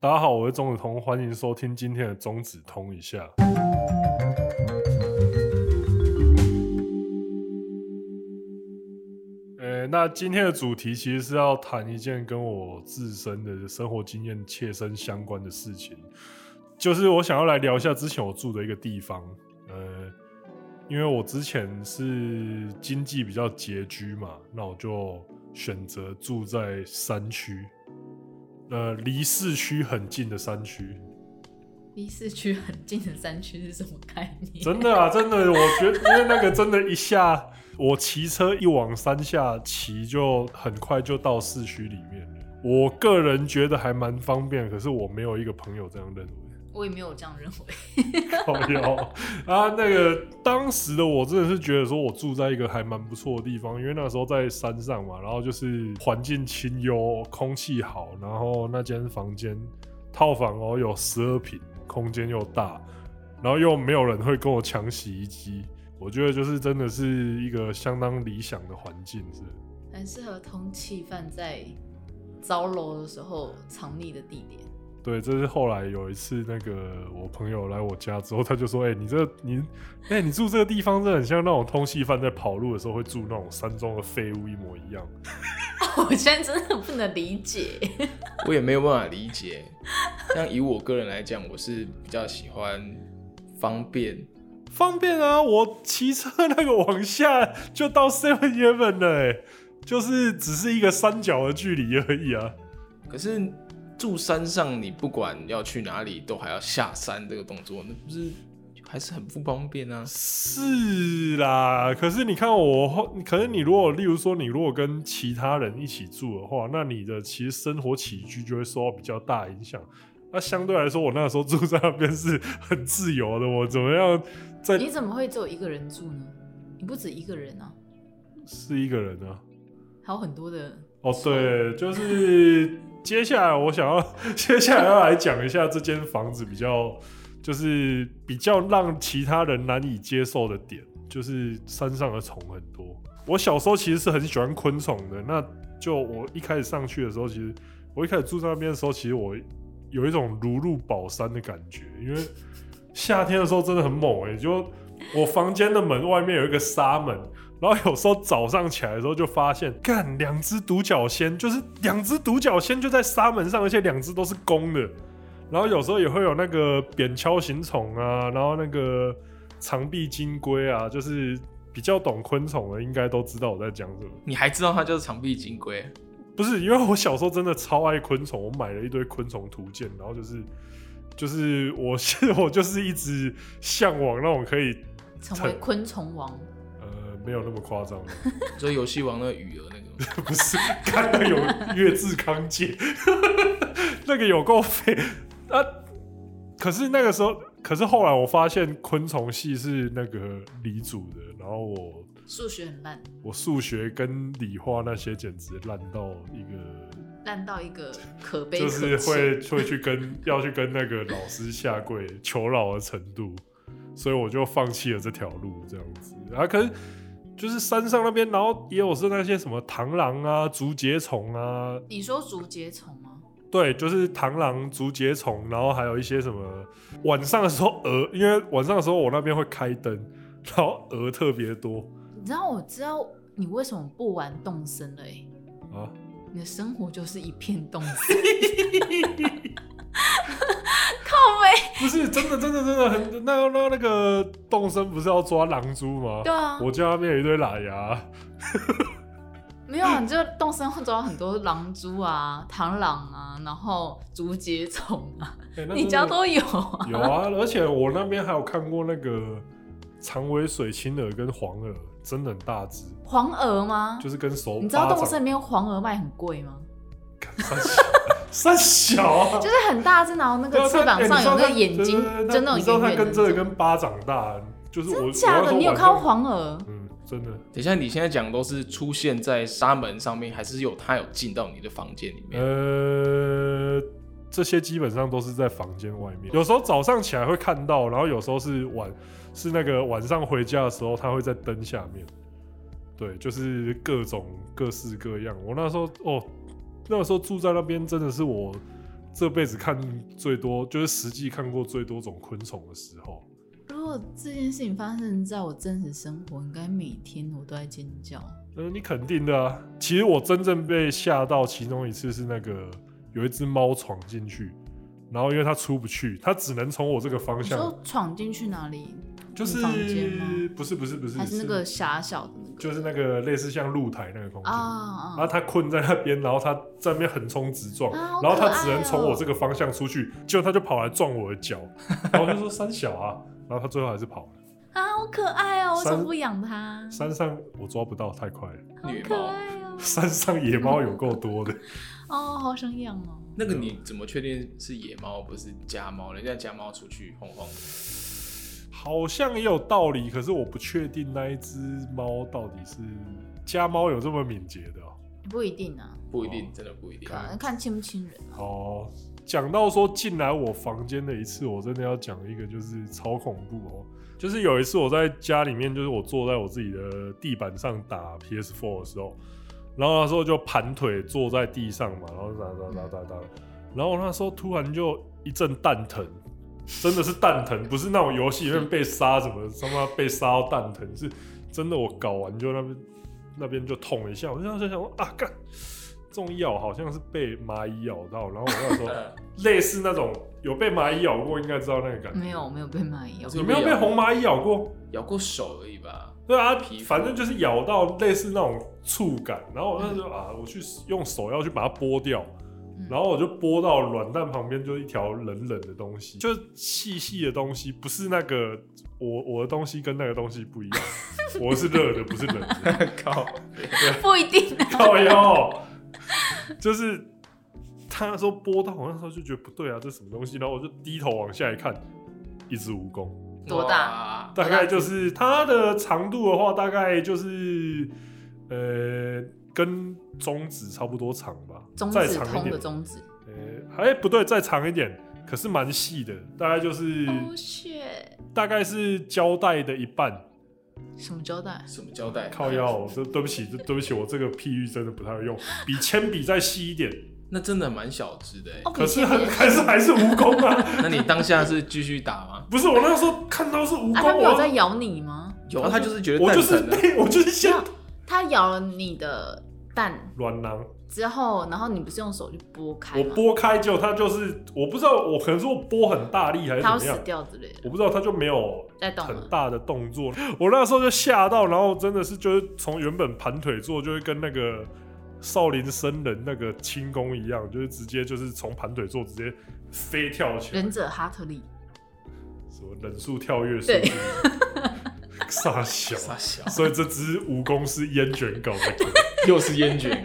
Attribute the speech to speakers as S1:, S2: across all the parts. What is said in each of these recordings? S1: 大家好，我是钟子通，欢迎收听今天的钟子通一下。呃、那今天的主题其实是要谈一件跟我自身的生活经验切身相关的事情，就是我想要来聊一下之前我住的一个地方，呃，因为我之前是经济比较拮据嘛，那我就选择住在山区，呃，离市区很近的山区。
S2: 离市区很近的山区是什么概念？
S1: 真的啊，真的，我觉得因为那个真的，一下我骑车一往山下骑，就很快就到市区里面了。我个人觉得还蛮方便，可是我没有一个朋友这样认为。
S2: 我也没有这样认为。
S1: 靠腰啊，那个当时的我真的是觉得说，我住在一个还蛮不错的地方，因为那时候在山上嘛，然后就是环境清幽，空气好，然后那间房间套房哦有十二平，空间又大，然后又没有人会跟我抢洗衣机，我觉得就是真的是一个相当理想的环境是。
S2: 很适合通气犯在糟楼的时候藏匿的地点。
S1: 对，这是后来有一次，那个我朋友来我家之后，他就说：“哎、你这你，哎、你住这个地方，这很像那种通缉犯在跑路的时候会住那种山中的废屋一模一样。
S2: 啊我现在真的不能理解，
S3: 我也没有办法理解。像以我个人来讲，我是比较喜欢方便，
S1: 方便啊，我骑车那个往下就到 Seven Eleven 了、哎，就是只是一个三角的距离而已啊。
S3: 可是住山上，你不管要去哪里，都还要下山这个动作，那不是还是很不方便啊？
S1: 是啦，可是你看我后，可是你如果例如说你如果跟其他人一起住的话，那你的其实生活起居就会受到比较大影响。那相对来说，我那时候住在那边是很自由的，我怎么样在
S2: 你怎么会只有一个人住呢？你不止一个人啊，
S1: 是一个人啊呢、
S2: 还有很多的。
S1: 哦，对，就是接下来我想要 接下来要来讲一下这间房子比较，就是比较让其他人难以接受的点，就是山上的虫很多。我小时候其实是很喜欢昆虫的，那就我一开始上去的时候，其实我一开始住在那边的时候，其实我有一种如入宝山的感觉，因为夏天的时候真的很猛哎、就我房间的门外面有一个纱门，然后有时候早上起来的时候就发现， 干两只独角仙，就是两只独角仙就在纱门上，而且两只都是公的。然后有时候也会有那个扁锹形虫啊，然后那个长臂金龟啊，就是比较懂昆虫的应该都知道我在讲什么。
S3: 你还知道它叫长臂金龟？啊
S1: 不是因为我小时候真的超爱昆虫，我买了一堆昆虫图鉴，然后就是就是我是 我就是一直向往那种可以
S2: 成为昆虫王，
S1: 呃没有那么夸张，
S3: 所以游戏王那个雨儿那个吗，
S1: 不是，看到有月字康介， 那个有够废啊！可是那个时候，可是后来我发现昆虫系是那个理组的，然后我
S2: 数学很烂，
S1: 我数学跟理化那些简直烂到一个，
S2: 烂到一个可悲可
S1: 就
S2: 耻。
S1: 是会会去跟要去跟那个老师下跪求饶的程度，所以我就放弃了这条路，这样子啊，可是。就是山上那边，然后也有是那些什么螳螂啊、竹节虫啊，
S2: 你说竹节虫吗？
S1: 对，就是螳螂、竹节虫，然后还有一些什么晚上的时候鹅，因为晚上的时候我那边会开灯，然后鹅特别多
S2: 你知道我知道你为什么不玩动森了、欸？
S1: 啊。
S2: 你的生活就是一片动 森。靠背，
S1: 不是真的，真的，真的很那那那个动森不是要抓狼蛛吗？
S2: 对啊，
S1: 我家那边有一堆喇牙，
S2: 没有，啊，你就动身会抓很多狼蛛啊、螳螂啊，然后竹节虫啊，
S1: 欸那
S2: 你
S1: 真的
S2: 家都有啊。
S1: 有啊，而且我那边还有看过那个长尾水青鹅跟黄鹅，真的很大只，
S2: 黄鹅吗？
S1: 就是跟手
S2: 你知道
S1: 巴
S2: 动
S1: 掌
S2: 森里面黄鹅卖很贵吗？
S1: 三小三小 啊
S2: 就，是很大只，然后那
S1: 对啊
S2: 个翅膀上有那个眼睛，
S1: 它
S2: 就那
S1: 啊哎你知
S2: 种
S1: 道它
S2: 圆圆的
S1: 跟
S2: 那
S1: 这
S2: 种。
S1: 个跟巴掌大，就是我
S2: 真假的？你有看到？
S1: 我晚上
S2: 黄鹅？
S1: 嗯，真的。
S3: 等一下你现在讲都是出现在纱门上面，还是有它有进到你的房间里
S1: 嗯
S3: 面？
S1: 呃，这些基本上都是在房间外面，有时候早上起来会看到，然后有时候是晚是那个晚上回家的时候，它会在灯下面。对，就是各 种各式各样。我那时候哦，那时候住在那边真的是我这辈子看最多，就是实际看过最多种昆虫的时候。
S2: 如果这件事情发生在我真实生活，应该每天我都在尖叫。
S1: 嗯，你肯定的啊。其实我真正被吓到其中一次是那个有一只猫闯进去，然后因为它出不去，它只能从我这个方
S2: 你
S1: 向，
S2: 说闯进去哪里？
S1: 就是
S2: 你房间吗
S1: 不是不是不是，
S2: 还是那个狭小的那个？
S1: 就是那个类似像露台那个空间。
S2: 啊
S1: 然
S2: 啊
S1: 后它困在那边，然后它在那边横冲直撞，
S2: 啊好
S1: 然后它
S2: 可爱
S1: 只能从
S2: 哦
S1: 我这个方向出去，结果它就跑来撞我的 脚，然后我就说三小啊，然后它最后还是跑了。
S2: 啊！好可爱哦、为什么
S1: 三
S2: 不养它？
S1: 山上我抓不到，太快了。
S2: 好
S3: 虐
S2: 可
S3: 猫
S2: 爱哦、
S1: 山上野猫有够多的，
S2: 哦，好想养哦、
S3: 那个你怎么确定是野猫不是家猫？人家家猫出去晃晃的，
S1: 好像也有道理，可是我不确定那一只猫到底是家猫有这么敏捷的哦、
S2: 不一定啊，
S3: 不一定，真的不一定。
S2: 看看亲不亲人啊。
S1: 哦，讲到说进来我房间的一次，我真的要讲一个，就是超恐怖哦。就是有一次我在家里面，就是我坐在我自己的地板上打 PS4 的时候，然后那时候就盘腿坐在地上嘛，然后打打打打打，然后那时候突然就一阵蛋疼，真的是蛋疼，不是那种游戏里面被杀什么他妈被杀到蛋疼，是真的我搞完就那边那边就痛了一下，我就在想说啊干，这种药好像是被蚂蚁咬到，然后我那时候类似那种有被蚂蚁咬过，应该知道那个感觉。
S2: 没有，没有被蚂蚁咬
S1: 嗯你
S3: 就
S2: 过，
S1: 没有被红蚂蚁咬过？
S3: 咬过手而已吧。
S1: 对啊
S3: 皮，肤
S1: 反正就是咬到类似那种触感，然后我那时候啊，我去用手要去把它剥掉，
S2: 嗯
S1: 然后我就剥到软蛋旁边就一条冷冷的东西，就是细细的东西，不是那个我我的东西跟那个东西不 一样，我是热的，不是冷的。
S3: 靠，
S2: 不一定啊。
S1: 靠腰，就是他那时候播到，我那时候就觉得不对啊，这什么东西？然后我就低头往下一看，一只蜈蚣，
S2: 多大
S3: 哇？
S1: 大概就是它的长度的话，大概就是呃跟中指差不多长吧，
S2: 中
S1: 再
S2: 指
S1: 长一
S2: 通的
S1: 点，
S2: 中指。
S1: 呃，哎不对，再长一点，可是蛮细的，大概就是、
S2: 哦，血！
S1: 大概是胶带的一半。
S2: 什么胶带？
S3: 什么胶带？
S1: 靠腰， 我这对不起，这对不起，我这个譬喻真的不太会用，比铅笔再细一点。
S3: 那真的蛮小只的欸。
S2: 哦，
S1: 可
S2: 比
S1: 是
S2: 铅
S1: 还
S2: 笔
S1: 还是还是蜈蚣啊！
S3: 那你当下是继续打吗？
S1: 不是我那时候看到是蜈
S2: 啊，它
S1: 蚣，
S2: 没有在
S1: 我
S2: 咬你吗？
S3: 有啊，他就是觉得
S1: 我
S3: 蛋
S1: 就是
S3: 疼啊。
S1: 被我就是
S2: 没
S1: 先
S2: 有，它咬了你的蛋
S1: 软囊，
S2: 之后，然后你不是用手去拨开
S1: 我
S2: 吗？
S1: 拨开就它就是我不知道，我可能是我拨很大力还是怎
S2: 它要
S1: 么
S2: 死
S1: 样，
S2: 掉之类的，
S1: 我不知道它就没有
S2: 在动
S1: 很
S2: 了。
S1: 大的动作。我那时候就吓到，然后真的是就是从原本盘腿坐，就会跟那个少林僧人那个轻功一样，就是直接就是从盘腿坐直接飞跳起来
S2: 忍，者哈特利，
S1: 什么忍术跳跃术
S2: 对，
S1: 傻小。
S3: 傻小，
S1: 所以这只蜈蚣是烟卷狗的狗。
S3: 又是烟卷。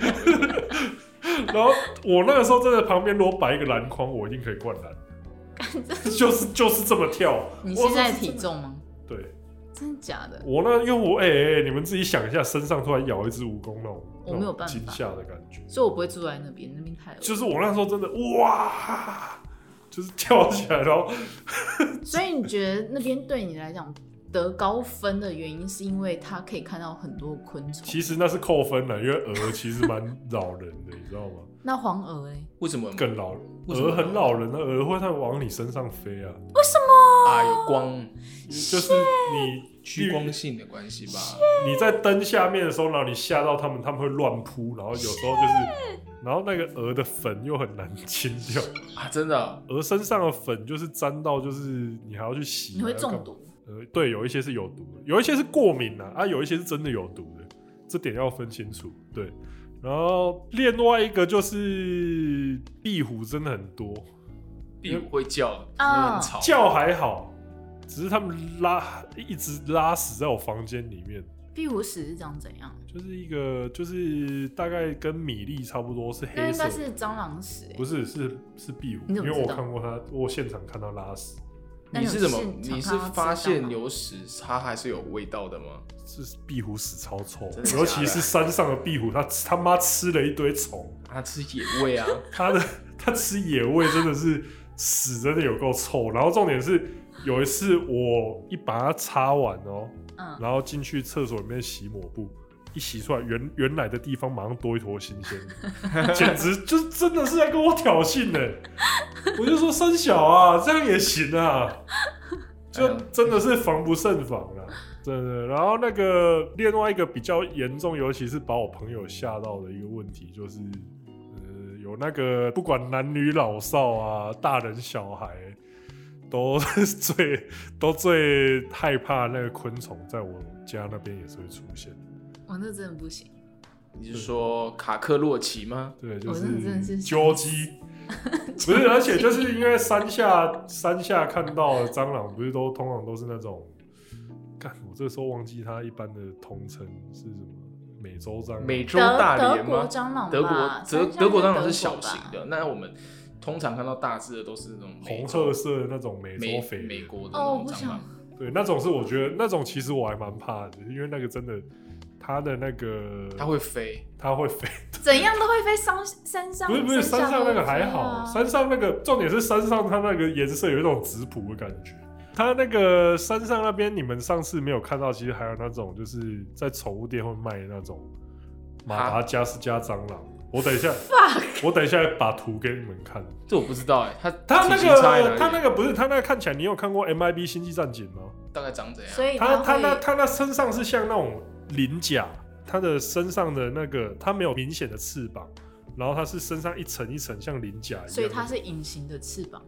S1: 然后我那个时候真的旁边如果摆一个篮筐，我一定可以灌 篮，就是就是这么跳。
S2: 你
S1: 我
S2: 现在
S1: 是
S2: 体重吗？
S1: 对
S2: 真的假的？
S1: 我那因为我哎、哎哎你们自己想一下，身上突然咬一只蜈蚣那种，
S2: 我没有办法
S1: 那种惊吓的感觉。
S2: 所以我不会住在那边，那边太恶
S1: 就
S2: 心
S1: 是我那时候真的哇，就是跳起来，然后
S2: 所以你觉得那边对你来讲得高分的原因，是因为它可以看到很多昆虫？
S1: 其实那是扣分了，因为鹅其 实蛮扰人的，你知道吗？
S2: 那黄蛾嘞？
S3: 为什么？
S1: 更扰人，
S3: 为什么
S1: 鹅很扰人的，鹅会它往你身上飞啊，
S3: 啊，有光
S1: 就是你
S3: 趋光性的关系吧？
S1: 你在灯下面的时候，然后你吓到他们，他们会乱扑，然后有时候就是，然后那个鹅的粉又很难清掉，
S3: 啊，真的啊
S1: 鹅身上的粉就是沾到，就是你还要去洗，
S2: 你会
S1: 还要干
S2: 中
S1: 嘛。
S2: 毒？
S1: 呃，对，有一些是有毒的，有一些是过敏的啊，有一些是真的有毒的，这点要分清楚。对，然后另外一个就是壁虎真的很多，
S3: 壁虎会叫，
S2: 啊
S3: 很吵。
S1: 叫还好，只是他们拉一直拉死在我房间里面。
S2: 壁虎屎是长怎样？
S1: 就是一个，就是大概跟米粒差不多，是
S2: 那
S1: 黑
S2: 应
S1: 色
S2: 该
S1: 的，
S2: 是蟑螂屎、欸
S1: 不。是是是壁虎，
S2: 你
S1: 因
S2: 怎么
S1: 为我
S2: 知道
S1: 看过它，我现场看到拉屎，
S2: 那
S3: 你
S2: 你
S3: 是怎么
S2: 有？现场
S3: 你是
S2: 看到
S3: 发
S2: 吃到
S3: 现
S2: 吗
S3: 有屎，它还是有味道的吗？
S1: 是壁虎屎超臭
S3: 真的，假的
S1: 尤其是山上的壁虎，它吃他妈吃了一堆虫，
S3: 它吃野味啊，
S1: 它的 它吃野味真的是屎真的有够臭，然后重点是有一次我一把它擦完哦、
S2: 嗯，
S1: 然后进去厕所里面洗抹布，一洗出来，原原来的地方马上多一坨新鲜的， 简直就是真的是在跟我挑衅呢、我就说三小啊，这样也行啊，就
S3: 哎呀
S1: 真的是防不胜防了、真的。然后那个另外一个比较严重，尤其是把我朋友吓到的一个问题，就是呃，有那个不管男女老少啊，大人小孩。都最都最害怕那个昆虫，在我家那边也是会出现。
S2: 我那真的不行，
S3: 你是说卡克洛奇吗？
S1: 对，就
S2: 我真哦的真的是
S1: 鸠鸡， 不是，而且就是因为山下山下看到的蟑螂，不是都通常都是那种，干，我这时候忘记它一般的通称是什么，美洲蟑螂，
S3: 美洲
S2: 德
S3: 大
S2: 德
S3: 蠊
S2: 国
S3: 吗？
S2: 蟑螂吧，
S3: 德国德
S2: 山下
S3: 德国当
S2: 是
S3: 然是
S2: 吧
S3: 小型的，那我们通常看到大只的都是那种美
S1: 红
S3: 洲
S1: 褐色的那种美洲
S3: 美
S1: 肥
S3: 美国的
S2: 哦，我
S3: 那种
S2: 不
S3: 蟑
S2: 想
S3: 螂，，
S1: 对，那种是我觉得那种其实我还蛮怕的，因为那个真的，它的那个
S3: 它会飞，
S1: 它会飞，
S2: 怎样都会飞山山上，
S1: 不是不是，山上
S2: 都
S1: 那
S2: 会
S1: 个还
S2: 飞
S1: 好，
S2: 啊
S1: 山上那个重点是山上它那个颜色有一种质朴的感觉。它那个山上那边，你们上次没有看到，其实还有那种就是在宠物店会卖的那种马达加斯加蟑螂。我等一 下，我等一下把图给你们看。
S3: 这我不知道哎，它
S1: 它那
S3: 体型差在
S1: 个，它
S3: 哪
S1: 那
S3: 里？
S1: 个不是，它那个看起来，你有看过 MIB 星际战警吗？
S3: 大概长怎样？
S2: 所以
S1: 啊它它
S2: 会
S1: 那它那身上是像那种鳞甲，它的身上的那个它没有明显的翅膀，然后它是身上一层一层像鳞甲一样。
S2: 所以它是隐形的翅膀，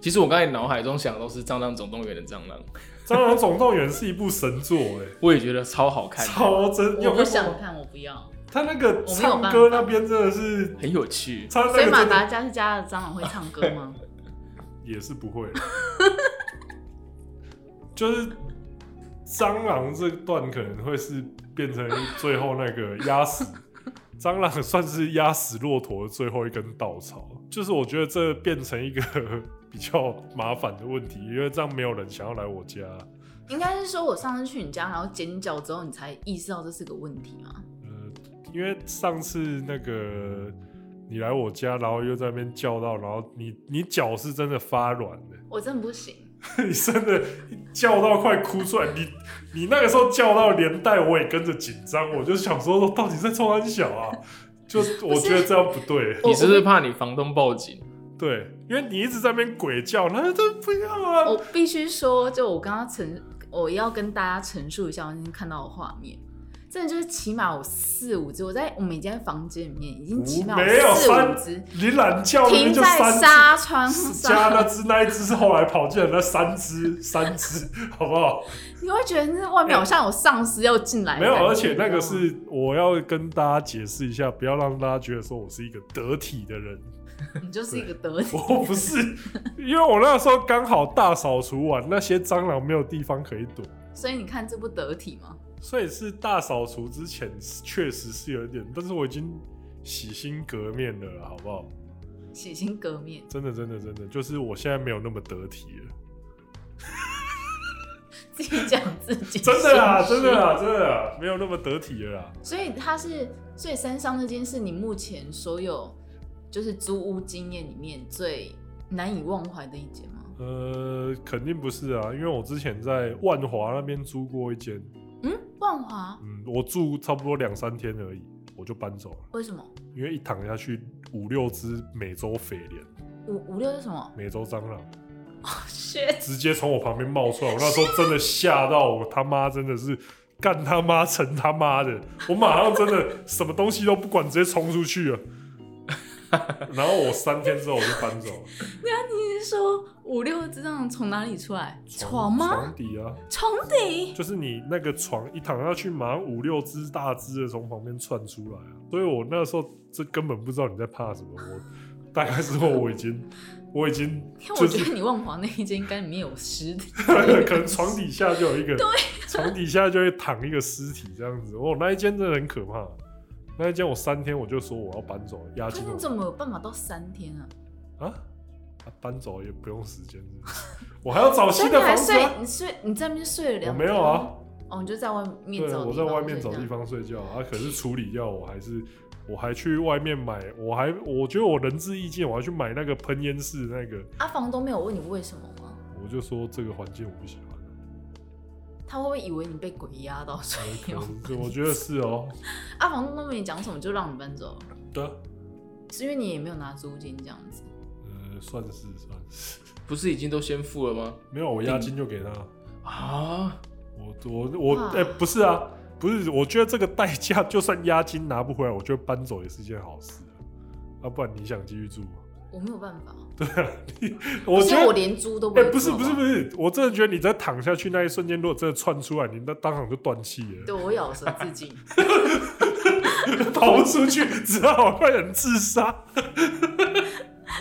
S3: 其实我刚才脑海中想的都是《蟑螂总动员》的蟑螂，
S1: 《蟑螂总动员》是一部神作、欸，
S3: 我也觉得超好
S1: 哎，
S3: 看，
S1: 超真。你有
S2: 我不
S1: 看过
S2: 想
S1: 吗？
S2: 看，我不要。
S1: 他那个
S2: 我没有
S1: 唱
S2: 办
S1: 歌
S2: 法
S1: 那边真的是，
S3: 很有趣。
S1: 他那
S2: 所以
S1: 个
S2: 马
S1: 真
S2: 达
S1: 的
S2: 加斯加的蟑螂会唱歌吗？
S1: 也是不会了。 就是蟑螂这段可能会是变成最后那个压死 蟑螂，算是压死骆驼的最后一根稻草。就是我觉得这变成一个比较麻烦的问题，因为这样没有人想要来我家。
S2: 应该是说我上次去你家，然后尖叫之后，你才意识到这是个问题吗？
S1: 呃，因为上次那个你来我家，然后又在那边叫到，然后你你脚是真的发软的，
S2: 我真的不行，
S1: 你真的叫到快哭出来。你你那个时候叫到，连带我也跟着紧张，我就想说，到底在冲安小啊？ 就我觉得这样不对，
S2: 我
S3: 你是不是怕你房东报警？
S1: 对，因为你一直在那边鬼叫，然后就不要啊，
S2: 我必须说，就我刚刚陈，我要跟大家陈述一下我今天看到的画面。真的就是起码有四五只，我在我们以前房间里面已经起码
S1: 没有
S2: 四
S1: 三
S2: 五只
S1: 你懒叫那边
S2: 停
S1: 就
S2: 在
S1: 三只
S2: 纱窗
S1: 加那
S2: 上，
S1: 只那一只是后来跑进来那三只三只，好不好？
S2: 你会觉得那外面好像有丧尸要进来的
S1: 没
S2: 感
S1: 有
S2: 觉。，
S1: 而且那个
S2: 你知
S1: 是我要跟大家解释一下，不要让大家觉得说我是一个得体的人，
S2: 道吗，你就是一个得体
S1: 我不是，因为我那时候刚好大扫除完，那些蟑螂没有地方可以躲，
S2: 所以你看这不得体吗？
S1: 所以是大扫除之前确实是有一点，但是我已经洗心革面了啦，好不好？
S2: 洗心革面，
S1: 真的，真的，真的，就是我现在没有那么得体了，
S2: 自己讲自己。
S1: 真的 啦，真的。啦，真的啊啦，没有那么得体了啦。
S2: 所以他是，所以山上那间是你目前所有就是租屋经验里面最难以忘怀的一间吗？
S1: 呃，肯定不是啊，因为我之前在万华那边租过一间，
S2: 嗯，万华
S1: 嗯，我住差不多两三天而已，我就搬走了，
S2: 为什么
S1: 因为一躺下去五六只美洲肥莲、
S2: 五五六是什么
S1: 美洲蟑螂
S2: ？shit！
S1: 直接从我旁边冒出来，我那时候真的吓到我他妈，真的是干他妈成他妈的，我马上真的什么东西都不管，直接冲出去了。然后我三天之后我就搬走了，
S2: 啊你是说五六只这样从哪里出来？床吗？
S1: 床底啊，
S2: 床底？
S1: 就是你那个床一躺下去，马上五六只大只的从旁边窜出来啊！所以我那时候这根本不知道你在怕什么。我大概之后我已经，我已经
S2: 天，
S1: 就
S2: 我觉
S1: 是
S2: 得你万华那一间应该里面有尸体。
S1: 可能 床底下就有一个，床底下就会躺一个尸体这样子。哦，那一间真的很可怕。那一间我三天我就说我要搬走，押
S2: 可
S1: 金
S2: 是你
S1: 啊我
S2: 怎么有办法到三天啊？
S1: 啊啊搬走也不用时间，是 不是我还要找
S2: 所以
S1: 新
S2: 你
S1: 的房
S2: 还
S1: 子
S2: 睡
S1: 啊。？
S2: 你睡你在那边睡了
S1: 我
S2: 两？
S1: 没有啊。。
S2: 哦，你就在外面
S1: 对，
S2: 找地方
S1: 我在外面
S2: 睡
S1: 找
S2: 觉
S1: 地方睡觉啊，可是处理掉我还是我还去外面买，我还我觉得我仁至义尽，我还去买那个喷烟式的那个，
S2: 啊，房东没有问你为什么吗？
S1: 我就说这个环境我不喜欢，
S2: 他他会不会以为你被鬼压到，所以要
S1: 呃可能是我觉得 是哦，
S2: 啊，房东都没讲什么就让你搬走了，
S1: 对啊，
S2: 是因为你也没有拿租金这样子。
S1: 呃，算是算是，
S3: 不是已经都先付了吗？
S1: 没有我押金就给他，
S3: 啊，
S1: 我我我
S2: 哇
S1: 哎、不是啊，不是，我觉得这个代价就算押金拿不回来，我觉得搬走也是一件好事啊，啊，不然你想继续住吗？
S2: 我没有办法，
S1: 我
S2: 所
S1: 觉
S2: 以我
S1: 得。
S2: 连租都不
S1: 哎、
S2: 会、啊
S1: 不是不是不，是，我真的觉得你在躺下去那一瞬间，如果真的窜出来，你那当场就断气了，
S2: 对我咬舌自尽。
S1: 逃不出去，只好快点自杀。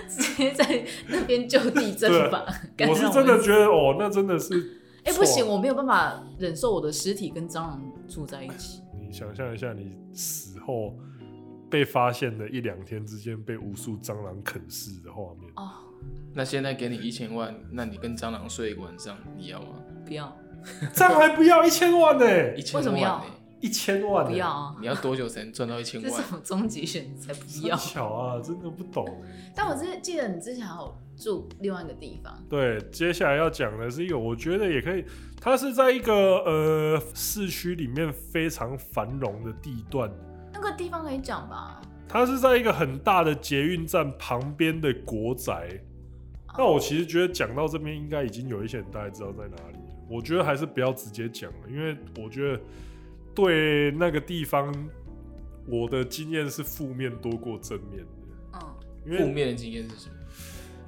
S2: 直接在那边就地正 法。干
S1: 我
S2: 让
S1: 是真
S2: 们
S1: 的觉得，哦，那真的是，
S2: 哎、不行，
S1: 错
S2: 我没有办法忍受我的尸体跟蟑螂住在一起。
S1: 你想象一下，你死后被发现的一两天之间，被无数蟑螂啃噬的画面。
S2: 哦，
S3: 那现在给你一千万，那你跟蟑螂睡一个晚上，你要吗？
S2: 不要，
S1: 这样还不要一千万呢、
S3: 一千
S2: 为什
S3: 万、
S2: 么要
S3: 欸，
S1: 一千万、欸，
S2: 不要啊！
S3: 你要多久才能赚到一千
S2: 这是
S3: 万？
S2: 什么终极选择？才不
S1: 三
S2: 要！
S1: 小啊，真的不懂欸、
S2: 但我之记得你之前还有住另外一个地方，
S1: 对，接下来要讲的是一个，我觉得也可以，它是在一个呃市区里面非常繁荣的地段，
S2: 那个地方可以讲吧？
S1: 它是在一个很大的捷运站旁边的国宅。
S2: 哦
S1: 那我其实觉得讲到这边，应该已经有一些人大概知道在哪里了。我觉得还是不要直接讲了，因为我觉得对那个地方我的经验是负面多过正面的，
S2: 嗯，
S1: 因为
S3: 负面的经验是什么？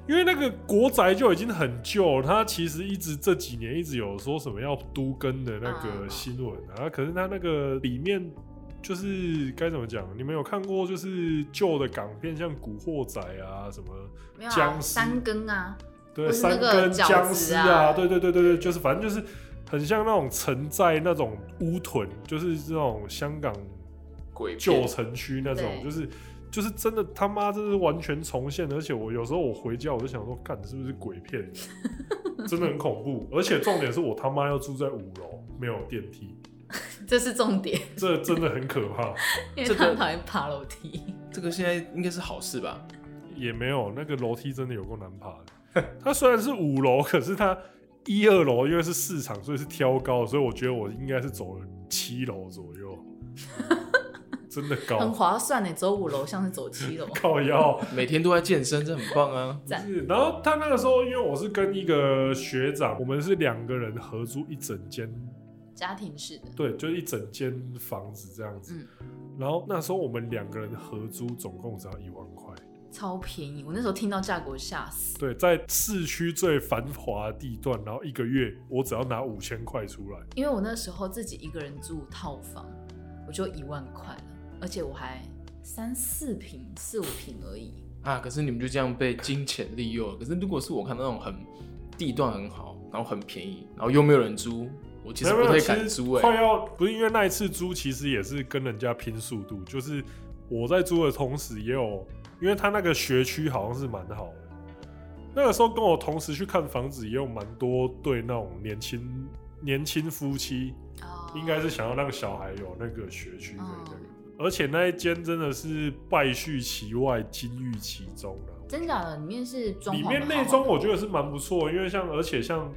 S1: 因为那个国宅就已经很旧，它其实一直这几年一直有说什么要都更的那个新闻啊，可是它那个里面就是该怎么讲？你们有看过就是旧的港片，像《古惑仔》啊，什么
S2: 没有啊，
S1: 僵尸
S2: 三更啊，
S1: 对
S2: 或是那
S1: 三
S2: 个
S1: 根
S2: 饺
S1: 僵尸
S2: 子
S1: 啊，
S2: 啊
S1: 对对对对对，就是反正就是很像那种城寨那种乌屯，就是这种香港
S3: 鬼
S1: 旧
S3: 片
S1: 城区那种，
S2: 对
S1: 就是就是真的他妈这是完全重现，而且我有时候我回家我就想说，干是不是鬼 片？真的很恐怖，而且重点是我他妈要住在五楼，没有电梯，
S2: 这是重点，
S1: 这真的很可怕。
S2: 因
S3: 这
S2: 为
S3: 个
S2: 他们讨厌爬楼梯。
S3: 这个现在应该是好事吧？
S1: 也没有那个楼梯真的有够难爬的。它虽然是五楼，可是它一二楼因为是市场，所以是挑高的，所以我觉得我应该是走了七楼左 右，真的
S2: 很
S1: 高，，
S2: 划算呢，欸走五楼像是走七楼
S1: 靠腰。
S3: 每天都在健身，这很棒啊！
S2: 赞
S1: 是，然后他那个时候，因为我是跟一个学长，我们是两个人合租一整间，
S2: 家庭式的。
S1: 对，就是一整间房子这样子。
S2: 嗯
S1: 然后那时候我们两个人合租，总共只要一万块。
S2: 超便宜，我那时候听到价格我吓死。
S1: 对，在市区最繁华的地段，然后一个月我只要拿五千块出来，
S2: 因为我那时候自己一个人住套房，我就一万块了，而且我还三四平、四五平而已。
S3: 啊，可是你们就这样被金钱利诱了。可是如果是我看到那种很地段很好，然后很便宜，然后又没有人租，我其实
S1: 没
S3: 不
S1: 有没
S3: 太
S1: 有
S3: 敢
S1: 其实
S3: 租哎、
S1: 快要不是因为那一次租，其实也是跟人家拼速度，就是我在租的同时，也有因为他那个学区好像是蛮好的，那个时候跟我同时去看房子，也有蛮多对那种年轻年轻夫妻，
S2: 哦
S1: 应该是想要让小孩有那个学区可以那个。而且那一间真的是败絮其外，金玉其中啊！
S2: 真假的，里面是装潢
S1: 里
S2: 的
S1: 面内
S2: 好
S1: 装
S2: 吗
S1: 我觉得是蛮不错，因为像而且像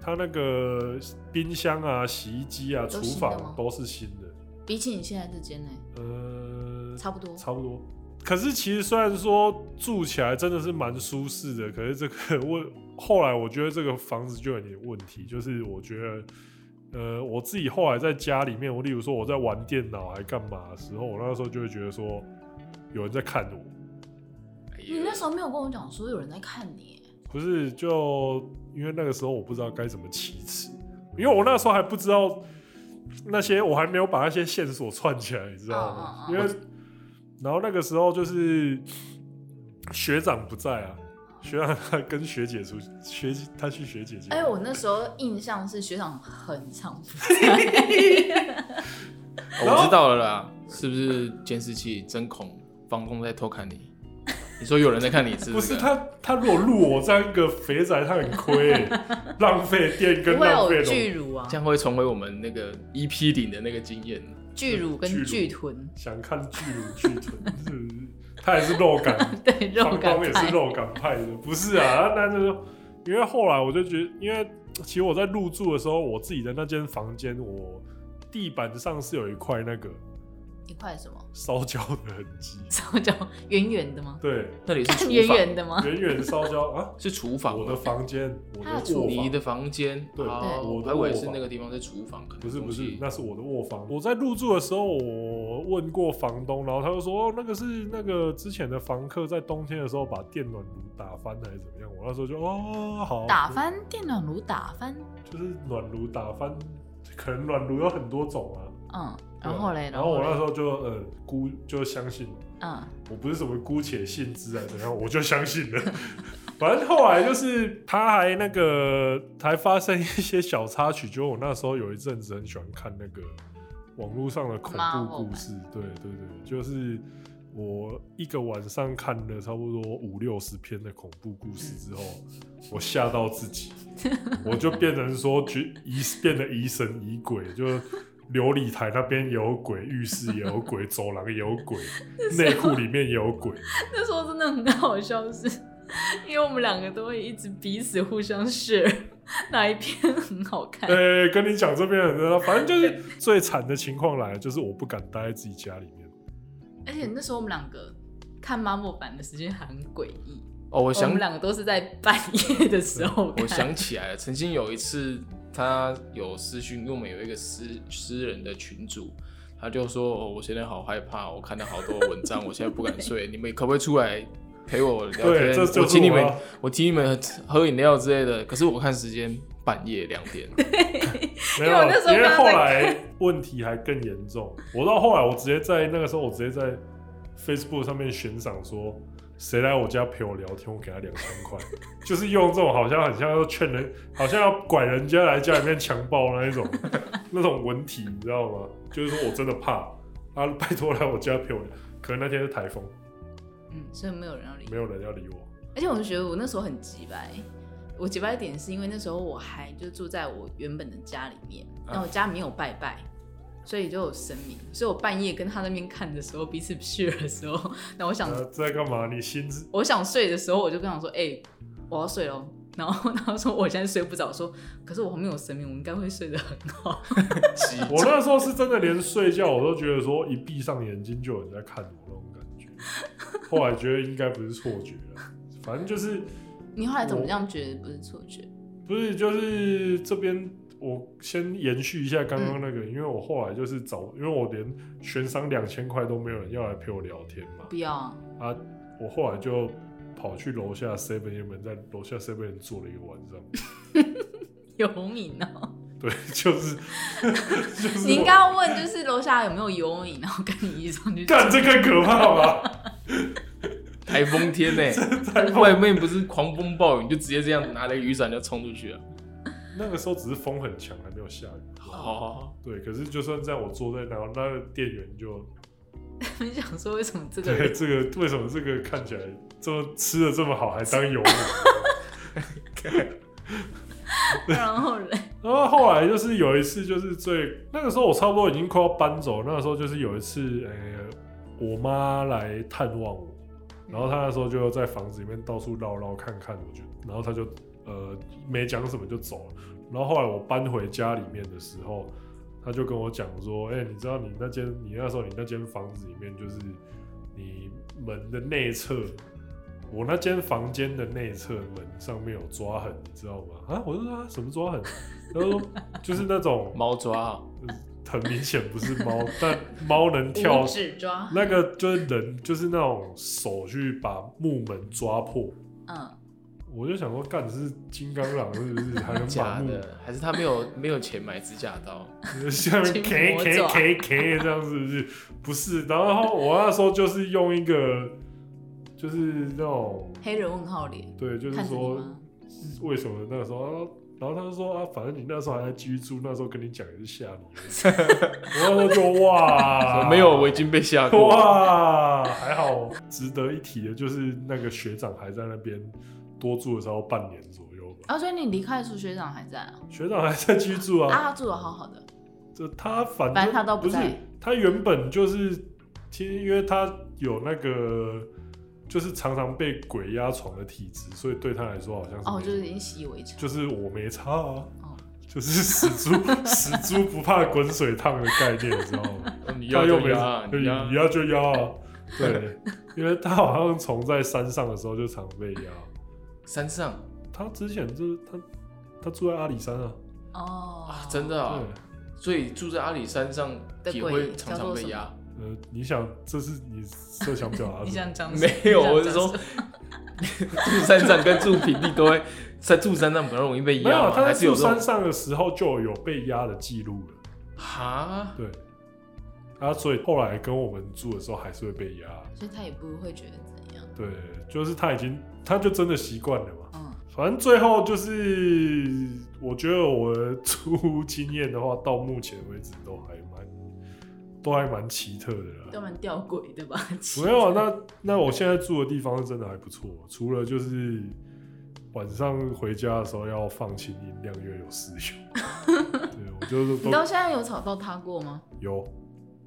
S1: 它那个冰箱啊、洗衣机啊、厨
S2: 都新的
S1: 房
S2: 吗
S1: 都是新的，
S2: 比起你现在这间呢，
S1: 呃，
S2: 差不多。
S1: 差不多。可是其实虽然说住起来真的是蛮舒适的，可是这个问后来我觉得这个房子就有点问题，就是我觉得。呃，我自己后来在家里面，我例如说我在玩电脑还干嘛的时候，我那时候就会觉得说有人在看我，
S3: 哎呀
S2: 你那时候没有跟我讲说有人在看你欸耶，
S1: 不是，就因为那个时候我不知道该怎么启齿，因为我那时候还不知道那些，我还没有把那些线索串起来，你知道吗？
S2: 嗯嗯嗯
S1: 因为然后那个时候就是学长不在啊，学长他跟学姐出学他去学姐家，
S2: 哎、我那时候印象是学长很长，
S3: 哦我知道了啦，是不是监视器针孔防控在偷看你？你说有人在看你是
S1: 不
S3: 是
S1: 是
S3: 这个？
S1: 他他如果录我这样一个肥宅，他很亏、 浪费电 跟
S2: 不会
S1: 浪
S2: 有
S1: 费
S2: 巨
S1: 容。
S2: 乳啊
S3: 这，样会重回我们那个 EP 顶的那个经验。
S2: 巨乳
S1: 巨
S2: 跟
S1: 乳
S2: 巨臀，
S1: 想看巨乳巨臀，是不是？他也是肉感。
S2: 对，肉
S1: 房
S2: 感
S1: 东也
S2: 派
S1: 是肉感派的，不是啊？那就是因为后来我就觉得，因为其实我在入住的时候，我自己的那间房间，我地板上是有一块那个
S2: 一块什么
S1: 烧焦的痕迹，
S2: 烧焦，圆圆的吗？
S1: 对，
S3: 那里是厨房，
S2: 圆圆的吗？
S1: 远远烧焦 啊！
S3: 是厨房吗，
S1: 我的房间，我
S2: 他的
S1: 的
S2: 厨
S1: 卧
S3: 你
S1: 房，
S3: 的房间，
S1: 对
S3: 哦
S1: 对我的
S3: 还以为
S1: 卧
S3: 是
S1: 房
S3: 那个地方是厨房，可能
S1: 不是不
S3: 东
S1: 是
S3: 西，
S1: 那是我的卧房。我在入住的时候，我问过房东，然后他就说，哦，那个是那个之前的房客在冬天的时候把电暖炉打翻还是怎么样。我那时候就哦，好，
S2: 打翻电暖炉，打翻，
S1: 就是暖炉打翻，可能暖炉有很多种啊。
S2: 嗯，然后嘞，
S1: 然后我
S2: 嘞
S1: 那时候就呃姑就相信，
S2: 嗯，
S1: 我不是什么姑且信之啊，怎样我就相信了。 反正后来就是他还那个还发生一些小插曲，就我那时候有一阵子很喜欢看那个网络上的恐怖故事，对对对，就是我一个晚上看了差不多五六十篇的恐怖故事之后，我吓到自己，我就变成说觉疑变得疑神疑鬼，就琉璃台那边也有鬼，浴室也有鬼，走廊也有鬼，内裤里面也有鬼。
S2: 那时候真的很好笑是，因为我们两个都会一直彼此互相 share 哪一篇很好看，
S1: 呃、跟你讲这边很热闹，反正就是最惨的情况来了，就是我不敢待在自己家里面。
S2: 而且那时候我们两个看妈莫版的时间还很诡异，
S3: 哦，我
S2: 我
S3: 想
S2: 们两个都是在半夜的时候看，
S3: 我想起来了，曾经有一次，他有私讯，因为我们有一个私私人的群组，他就说：“哦，我现在好害怕，我看到好多文章，我现在不敢睡，你们可不可以出来陪我聊
S1: 对，
S3: 天？
S1: 这就是啊
S3: 我请你们
S1: 要，
S3: 我请你们喝饮料之类的。”可是我看时间，半夜两点。
S1: 没
S2: 因为
S1: 有啊
S2: 我那时，候
S1: 因为
S2: 刚刚
S1: 后
S2: 在
S1: 来问题还更严重。我到后来，我直接在那个时候，我直接在 Facebook 上面悬赏说，谁来我家陪我聊天，我给他两千 块，就是用这种好像很像要劝人，好像要拐人家来家里面强暴那一 种那种文体，你知道吗？就是说我真的怕，啊，拜托来我家陪我聊。可能那天是台风，
S2: 嗯，所以没有人要理
S1: 没有人要理我。
S2: 而且我就觉得我那时候很急白，我急白的点是因为那时候我还就住在我原本的家里面，
S3: 啊
S2: 那我家没有拜拜，所以就有神明，所以我半夜跟他那边看的时候，彼此 share 的时候，那我想、
S1: 呃，在干嘛？你心是
S2: 我想睡的时候，我就跟他说，哎、我要睡喽。然后他说我现在睡不着，我说可是我后面有神明，我应该会睡得很好。
S3: 急
S1: 我那时候是真的连睡觉我都觉得说一闭上眼睛就有人在看我那种感觉，后来觉得应该不是错觉了，反正就是
S2: 你后来怎么
S1: 我
S2: 这样觉得不是错觉？
S1: 不是就是这边我先延续一下刚刚那个，因为我后来就是找，因为我连悬赏两千块都没有人要来陪我聊天嘛，
S2: 不要啊，
S1: 啊，我后来就跑去楼下 Seven 原本在楼下 Seven 坐了一个晚上，
S2: 游民哦、
S1: 对，就是就是
S2: 你应
S1: 我
S2: 该要问就是楼下有没有游民，然后跟你一起上去住。
S1: 干这更可怕吧？
S3: 台风天呢、
S1: 台风
S3: 外面不是狂风暴雨，你就直接这样拿着雨伞就冲出去了。
S1: 那个时候只是风很强，还没有下雨。
S3: 好好好好，
S1: 对，可是就算在我坐在那，那个店员就
S2: 你想说为什么这个人
S1: 对这个为什么这个看起来这么吃的这么好，还当油母？
S2: 然后嘞，
S1: 然后后来就是有一次，就是最那个时候我差不多已经快要搬走，那个时候就是有一次，呃、我妈来探望我，然后她那时候就在房子里面到处绕绕看看，我就，然后她就呃没讲什么就走了。然后后来我搬回家里面的时候，她就跟我讲说，哎、你知道你那间你那时候你那间房子里面就是你门的内侧。我那间房间的内侧门上面有抓痕，你知道吗？啊，我就说啊，什么抓痕？他说就是那种
S3: 猫抓啊，
S1: 很明显不是猫，但猫能跳
S2: 五，指抓，
S1: 那个就是人，就是那种手去把木门抓破。
S2: 嗯，
S1: 我就想说，干你是金刚狼是不是？还能把
S3: 假
S1: 木
S3: 的，还是他没有没有钱买指甲刀？
S1: 下面 K K K K 这样是不是？不是。然后我那时候就是用一个，就是那种
S2: 黑人问号脸，
S1: 对，就是
S2: 看着你
S1: 说
S2: 吗？
S1: 为什么那个时候，然后然后他就说啊，反正你那时候还在居住，那时候跟你讲也是吓你 而已。我那时候就哇，
S3: 没有，我已经被吓过。
S1: 啊 哇，还好。值得一提的就是那个学长还在那边多住的时候半年左右吧，
S2: 啊，所以你离开的时候学长还在啊？
S1: 学长还在居住
S3: 呃
S2: 啊，
S1: 啊。
S2: 他住的好好的，
S1: 这他反正
S2: 反正他都不
S1: 不是
S2: 在，
S1: 他原本就是，其实因为他有那个就是常常被鬼压床的体质，所以对他来说好像是
S2: 哦，
S1: 没
S2: 就是已经习以为常。
S1: 就是我没差啊，
S2: 哦
S1: 就是死猪 死猪不怕滚水烫的概念，你知道 吗？
S3: 哦你
S1: 他
S3: 要
S1: 又
S3: 就
S1: 没
S3: 压啊，
S1: 对
S3: 你压
S1: 你压就压 啊，对，因为他好像从在山上的时候就常被压，
S3: 山上
S1: 他之前就是他他住在阿里山啊，
S2: 哦
S3: 啊，真的
S1: 对，
S3: 啊，所以住在阿里山上
S2: 的
S3: 也
S2: 鬼
S3: 会常
S2: 叫
S3: 常
S2: 做
S3: 被
S2: 什么
S3: 压。
S1: 呃，你想这是你设想表达
S2: 你
S1: 什么？
S2: 想讲什么
S3: 没有，
S2: 你想
S3: 我是
S2: 讲
S3: 说
S2: 什么
S3: 住山上跟住平地都会，在住山上比较容易
S1: 没
S3: 被压
S1: 有，啊
S3: 嘛，
S1: 他在
S3: 还是有
S1: 住
S3: 这
S1: 山
S3: 种
S1: 上的时候就有被压的记录了。
S3: 哈，
S1: 对，啊，所以后来跟我们住的时候还是会被压。
S2: 所以他也不会觉得怎样。
S1: 对，就是他已经，他就真的习惯了嘛。
S2: 嗯，
S1: 反正最后就是，我觉得我的租屋经验的话，到目前为止都还蛮，都还蛮奇特的
S2: 要
S1: 啦。
S2: 蛮吊诡的吧？其实
S1: 没有啊，那那我现在住的地方是真的还不错，除了就是晚上回家的时候要放轻音量，因为有室友。 对，我就是
S2: 你
S1: 都
S2: 到现在有找到他过吗？
S1: 有。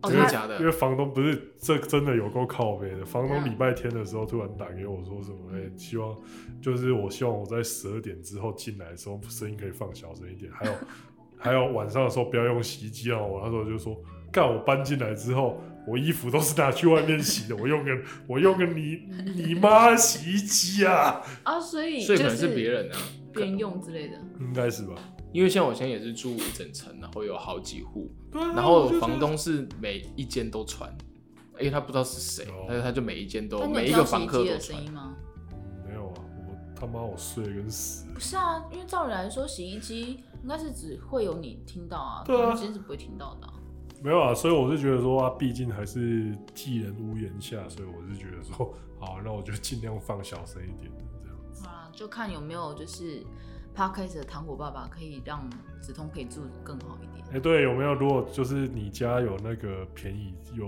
S2: 哦，
S3: 真的
S2: 他
S3: 假的
S1: 因？为房东不是这真的有够靠背的，房东
S2: 嗯
S1: 礼拜天的时候突然打给我说什么，哎、
S3: 嗯
S1: 希望就是我希望我在十二点之后进来的时候声音可以放小声一点，还有 还有晚上的时候不要用洗衣机让我，那时候就说，干我搬进来之后，我衣服都是拿去外面洗的，我用个 我用个你你妈洗衣机啊，
S2: 啊，所以
S3: 所
S2: 就
S3: 以可能是别人啊，
S2: 别人用之类的。
S1: 应该是吧？
S3: 因为像我现在也是住一整层，然后有好几户，
S1: 对啊，
S3: 然后
S1: 我就觉得
S3: 房东是每一间都传，因为他不知道是谁
S1: 哦，
S3: 但是他就每一间都
S2: 但你有
S3: 每一
S2: 听
S3: 个
S2: 到洗
S3: 房
S2: 衣
S3: 客
S2: 机
S3: 都
S2: 的
S3: 传
S2: 声。音吗？
S1: 没有啊，我他妈我睡得跟死了
S2: 不是啊，因为照理来说，洗衣机应该是只会有你听到啊，
S1: 对啊
S2: 他们之间是不会听到的啊、
S1: 没有啊，所以我是觉得说啊，毕竟还是寄人屋檐下，所以我是觉得说，好，那我就尽量放小声一点，这 样子。
S2: 好啊啦就看有没有就是 podcast 的糖果爸爸可以让子通可以住得更好一点。
S1: 哎、对，有没有？如果就是你家有那个便宜又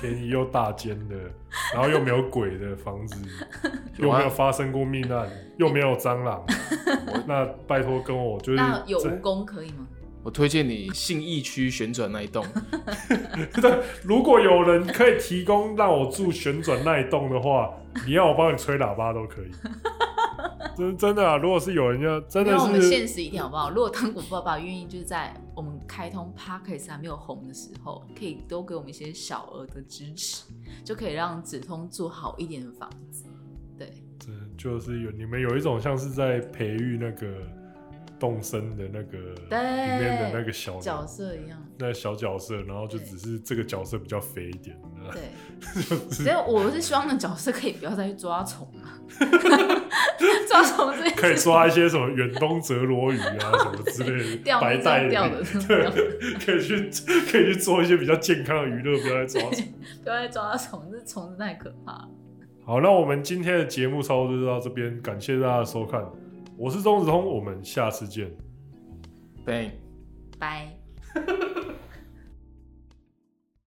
S1: 便宜又大间的，然后又没有鬼的房 子，又
S3: 有啊
S1: 没有发生过命案，又没有蟑螂，那拜托跟我就是
S2: 那有
S1: 在
S2: 蜈蚣可以吗？
S3: 我推荐你信义区旋转那一栋，
S1: 对，如果有人可以提供让我住旋转那一栋的话， 你要我帮你吹喇叭都 可以。真真的啊，如果是有人要，真的
S2: 让我们
S1: 是
S2: 现实一点好不好？如果糖果爸爸愿意，就是在我们开通 podcast 还没有红的时候，可以多给我们一些小额的支持，就可以让子通住好一点的房子。对，
S1: 真就是有你们有一种像是在培育那个动身的那个
S2: 对
S1: 里面的那个小
S2: 角色一样。
S1: 那小角色，然后就
S2: 对
S1: 只是这个角色比较肥一点， 你知道吗
S2: 对，
S1: 就是
S2: 所以我是希望那角色可以不要再 去抓虫啊，抓虫这
S1: 可以抓一些什么远东折罗鱼啊什么之 类的
S2: 钓
S1: 白
S2: 那
S1: 带
S2: 种钓的，
S1: 对， 可以去可以去做一些比较健康的娱乐，不要再抓虫。
S2: 不要再抓虫，这虫子太可怕了。
S1: 好，那我们今天的节目差不多就到这边，感谢大家的收看，我是钟子通，我们下次见。
S3: 对。
S2: 拜。